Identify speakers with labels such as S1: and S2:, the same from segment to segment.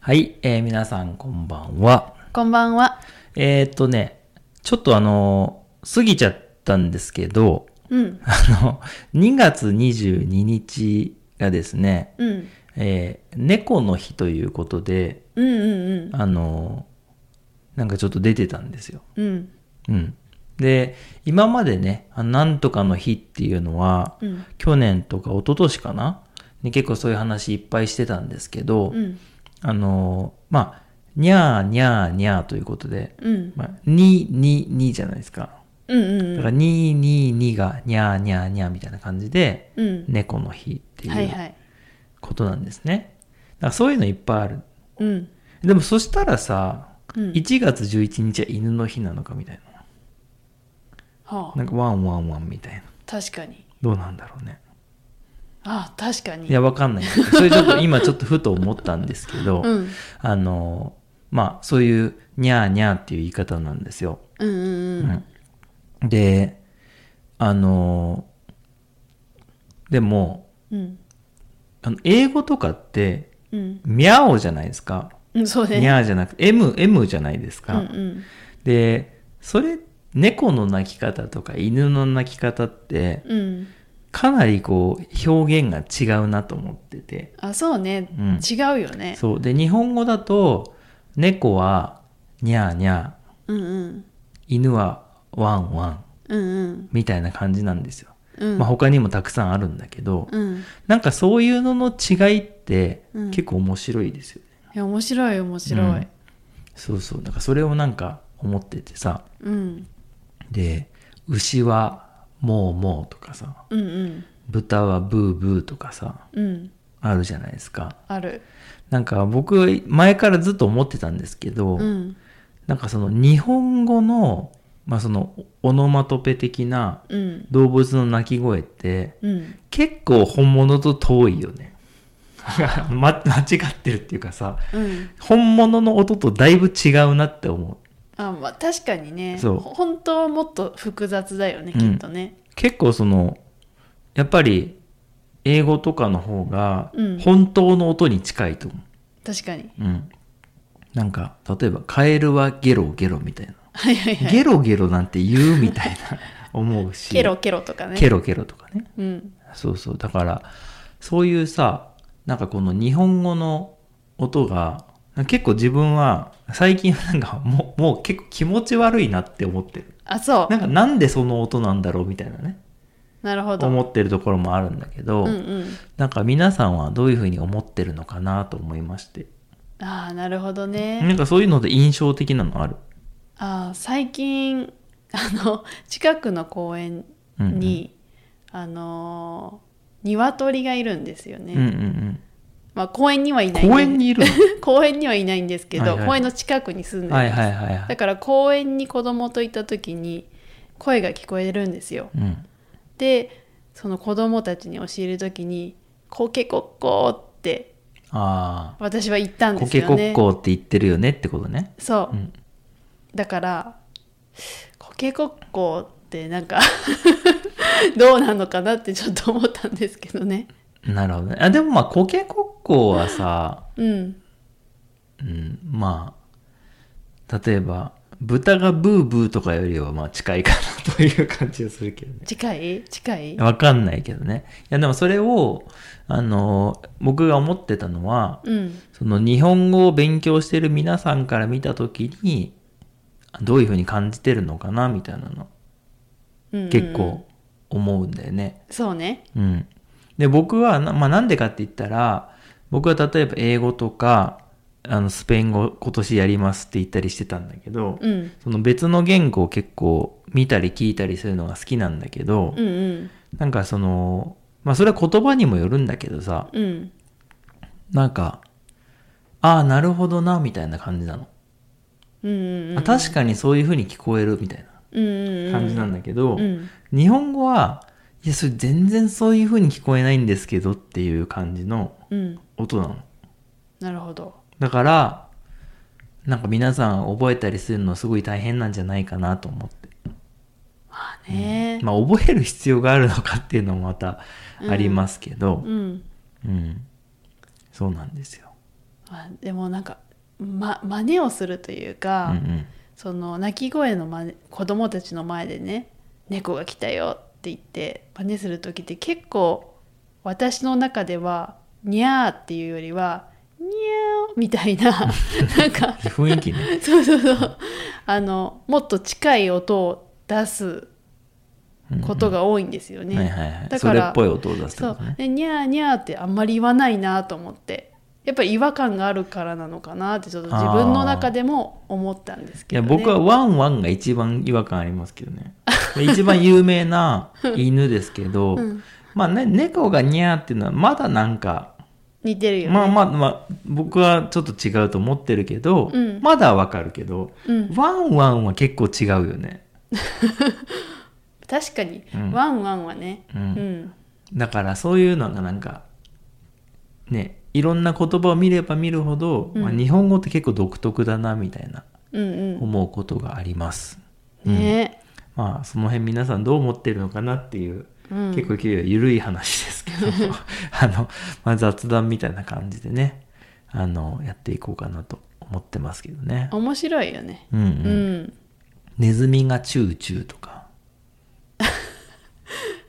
S1: はい、えー皆さんこんばんは。
S2: こんばんは。
S1: えー、っとね、ちょっとあのー過ぎちゃったんですけど、
S2: うん。
S1: あの、2月22日がですね、
S2: うん。
S1: えー猫の日ということで、
S2: うんうん
S1: あのーなんかちょっと出てたんですよ。
S2: うん。うん。
S1: うん。で、今までね、あなんとかの日っていうのは、
S2: うん。
S1: 去年とか一昨年かなに結構そういう話いっぱいしてたんですけど、
S2: うん。
S1: あのーまあ、にゃーにゃーにゃーということで、
S2: うん。
S1: まあ、に、に、にじゃないですか。
S2: うん
S1: だ
S2: う
S1: から、
S2: ん。
S1: に、に、にが、にゃーにゃーにゃーみたいな感じで、
S2: うん。
S1: 猫の日って
S2: はいいうはい。
S1: ことなんですね。だからそういうのいっぱいある。
S2: うん。
S1: でもそしたらさ、
S2: うん。
S1: 1月11日は犬の日なのかみたいな。
S2: は
S1: な
S2: あ、
S1: んかワンワンワンみたいな。
S2: 確かに。
S1: どうなんだろうね。
S2: ああ、確かに。
S1: いや、わかんないんだけど。それちょっ と今ちょっとふと思ったんですけど、
S2: うん。
S1: あの、まあ、そういう、にゃーにゃーっていう言い方なんですよ。
S2: うんうんうん。
S1: うんで、あの、でも、
S2: うん。
S1: あの英語とかって、
S2: うん。
S1: ミャオじゃないですか。
S2: うん。そう
S1: に
S2: ね。
S1: ゃーじゃなくて、M、M じゃないです
S2: う
S1: か。
S2: んうん。
S1: で、それ、猫の鳴き方とか犬の鳴き方って、
S2: うん。
S1: かなりこう、表現が違うなと思ってて。
S2: あ、そうね。
S1: うん
S2: 違うよね。
S1: そう。で、日本語だと、猫は、にゃーにゃー、
S2: うんうん。
S1: 犬は、ワンワン、
S2: うんうん。
S1: みたいな感じなんですよ。
S2: うん。
S1: まあ、他にもたくさんあるんだけど、
S2: うん。い
S1: なんかそういうのの違いって
S2: うん
S1: 結構面白いですよね。
S2: や、面白い面白
S1: うん
S2: い。
S1: そうそう。なんかそれをなんか思っててさ。
S2: うん。
S1: で、牛はもうもうとかさ、
S2: うんうん。
S1: 豚はブーブーとかさ、
S2: うん。
S1: あるじゃないですか。
S2: ある。
S1: なんか僕前からずっと思ってたんですけど、
S2: うん。
S1: なんかその日本語の、まあそのオノマトペ的な
S2: うん。
S1: 動物の鳴き声って
S2: うん。
S1: 結構本物と遠いよね。 ま 間違ってるっていうかさ、
S2: うん。
S1: 本物の音とだいぶ違うなって思う。
S2: あまあ、確かにね
S1: そう
S2: ほ本当はもっと複雑だよね、
S1: うん
S2: きっとね
S1: 結構その、やっぱり英語とかの方が
S2: うん
S1: 本当の音に近いと思
S2: 確かに
S1: う。うん。なんか、例えばカエルはゲロゲロみたいな。
S2: はいはいはい
S1: ゲロゲロなんて言うみ たいな思うし。
S2: ケロケロとかね
S1: ケロケロとかね。
S2: うん
S1: そうそう。だから、そういうさ、なんかこの日本語の音が、結構自分は最近はなんかもうもう結構気持ち悪いなって思ってる。
S2: あそう
S1: なんかなんでその音なんだろうみたいなね、
S2: なるほど
S1: 思ってるところもあるんだけど、
S2: うんうん
S1: なんか皆さんはどういうふうに思ってるのかなと思いまして。
S2: ああなるほどね、
S1: なんかそういうので印象的なのある。
S2: あー最近あの近くの公園に、あのー鶏がいるんですよね、
S1: うんうん
S2: まあ公園にはいな
S1: うん。
S2: い
S1: 公園にいる
S2: 公園にはいないんですけど、
S1: はいはい
S2: 公園の近くに住んで
S1: の
S2: るん
S1: は
S2: で
S1: い
S2: す、
S1: はいはいは
S2: だ
S1: い。
S2: から公園に子供といた時に声が聞こえるんですよ
S1: うん。
S2: でその子供たちに教える時に「コケコッコー」って
S1: あ
S2: 私は言った
S1: あ。
S2: ん
S1: コ
S2: です
S1: ケ
S2: よ
S1: コ
S2: ね
S1: ッコーって言ってるよねってことね。
S2: そう
S1: う、ん。
S2: だから「コケコッコー」ってなんか どうなのかなってちょっと思ったんですけどね
S1: なるほどね。あ、でもまあコケコッコーはさ、
S2: うん
S1: うん、まあ、例えば、豚がブーブーとかよりはまあ近いかなという感じがするけどね。
S2: 近い近い
S1: わかんないけどね。いや、でもそれを、あの、僕が思ってたのは、
S2: うん
S1: その日本語を勉強してる皆さんから見たときに、どういうふうに感じてるのかな、みたいなの、
S2: うん
S1: 結構思うんだよね。
S2: そうね
S1: うん。で、僕はな、まあなんでかって言ったら、僕は例えば英語とか、あの、スペイン語今年やりますって言ったりしてたんだけど、
S2: うん
S1: その別の言語を結構見たり聞いたりするのが好きなんだけど、
S2: うんうん
S1: なんかその、まあそれは言葉にもよるんだけどさ、
S2: うん
S1: なんか、ああ、なるほどな、みたいな感じなの。
S2: うんうんうん
S1: あ確かにそういう風に聞こえるみたい
S2: うんうんうん
S1: な感じなんだけど、
S2: うん
S1: 日本語は、いや、それ全然そういう風に聞こえないんですけどっていう感じの
S2: うん
S1: 音なの。
S2: なるほど
S1: だから、なんか皆さん覚えたりするのすごい大変なんじゃないかなと思って。
S2: まあね、
S1: まあ覚える必要があるのかっていうのもまたありますけど、
S2: うん
S1: うん、そうなんですよ。
S2: あまあ、でもなんか、ま、真似をするというか、
S1: うんうん
S2: その鳴き声の真似子供たちの前でね「猫が来たよ」って言って真似する時って結構私の中では「にゃー」っていうよりは「にゃー」みた いななんか
S1: 雰囲気ね。
S2: そうそうそうあのもっと近い音を出すことが多いんですよね。
S1: はいはいはい。
S2: だ
S1: そ
S2: か
S1: れっ
S2: ら
S1: ぽい音を出すって
S2: そ
S1: こ
S2: う
S1: とね。
S2: でにゃーにゃーってあんまり言わないなと思ってやっぱり違和感があるからなのかなってちょっと自分の中でも思ったんです
S1: い
S2: け
S1: や、
S2: ど、ね、
S1: 僕はワンワンが一番違和感ありますけど ね。一番有名な犬ですけど、
S2: うん
S1: まあね、猫がニャーっていうのはまだなんか、
S2: 似てるよね。
S1: まあまあまあ、僕はちょっと違うと思ってるけど、
S2: うん
S1: まだわかるけど、
S2: うん、
S1: ワンワンは結構違うよね。
S2: 確かに、
S1: うん
S2: ワンワンはね、
S1: う。
S2: うんん、
S1: だからそういうのがなんか、ね、いろんな言葉を見れば見るほど、
S2: うん
S1: まあ、日本語って結構独特だなみたいな
S2: うんうん
S1: 思うことがあります。うん
S2: ね、
S1: まあその辺皆さんどう思ってるのかなっていう、
S2: うん、
S1: 結構緩い話です けどあの、まあ、雑談みたいな感じでねあのやっていこうかなと思ってますけどね。
S2: 面白いよね
S1: うんう
S2: うん、
S1: ん、ネズミがチューチューとか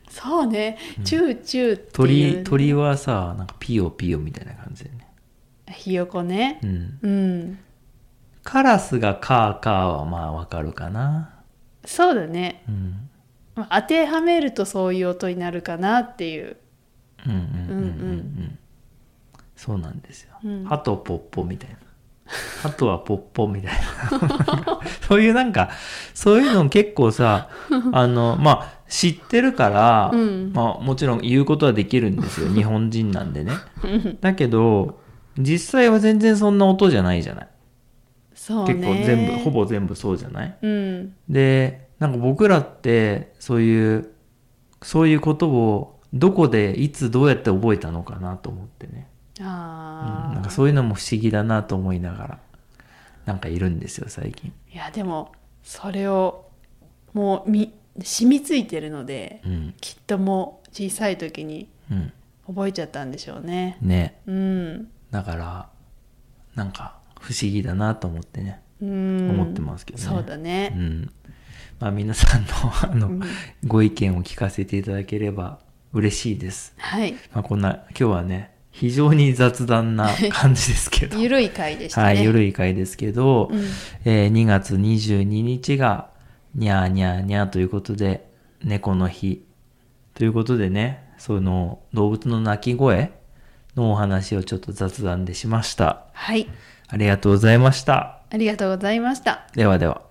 S2: そうね、チューチューっていう、
S1: 鳥鳥はさなんかピヨピヨみたいな感じでね、
S2: ひよこね
S1: うん、
S2: うん、
S1: カラスがカーカーはまあわかるかな、
S2: そうだね、
S1: うん、
S2: まあ、当てはめるとそういう音になるかなっていう
S1: うんうんうんうんうん、
S2: うん
S1: そうなんですよ、
S2: うん
S1: ハトポッポみたいなハトはポッポみたいなそういうなんかそういうの結構さあのまあ知ってるから、
S2: うん
S1: まあ、もちろん言うことはできるんですよ日本人なんでね
S2: うん
S1: だけど実際は全然そんな音じゃないじゃない、
S2: そうね
S1: 結構全部ほぼ全部そうじゃない
S2: うん
S1: でなんか僕らってそういうそういうことをどこでいつどうやって覚えたのかなと思ってね、うん
S2: ああ、
S1: なんかそういうのも不思議だなと思いながらなんかいるんですよ最近、
S2: いやでもそれをもうみ染みついてるので、
S1: うん
S2: きっともう小さい時に
S1: うん、
S2: 覚えちゃったんでしょうね
S1: ね
S2: うん
S1: だからなんか不思議だなと思ってね
S2: うん
S1: 思ってますけどね
S2: そうだ
S1: う
S2: ね、
S1: んまあ皆さんのあの、
S2: うん
S1: ご意見を聞かせていただければ嬉しいです、
S2: はい
S1: まあ、こんな今日はね非常に雑談な感じです けど
S2: ゆるい回でしたね
S1: はい、緩い回ですけど、
S2: うん
S1: えー2月22日が、にゃーにゃーにゃーということで、猫の日。ということでね、その動物の鳴き声のお話をちょっと雑談でしました。
S2: はい
S1: ありがとうございました。
S2: ありがとうございました
S1: ではでは。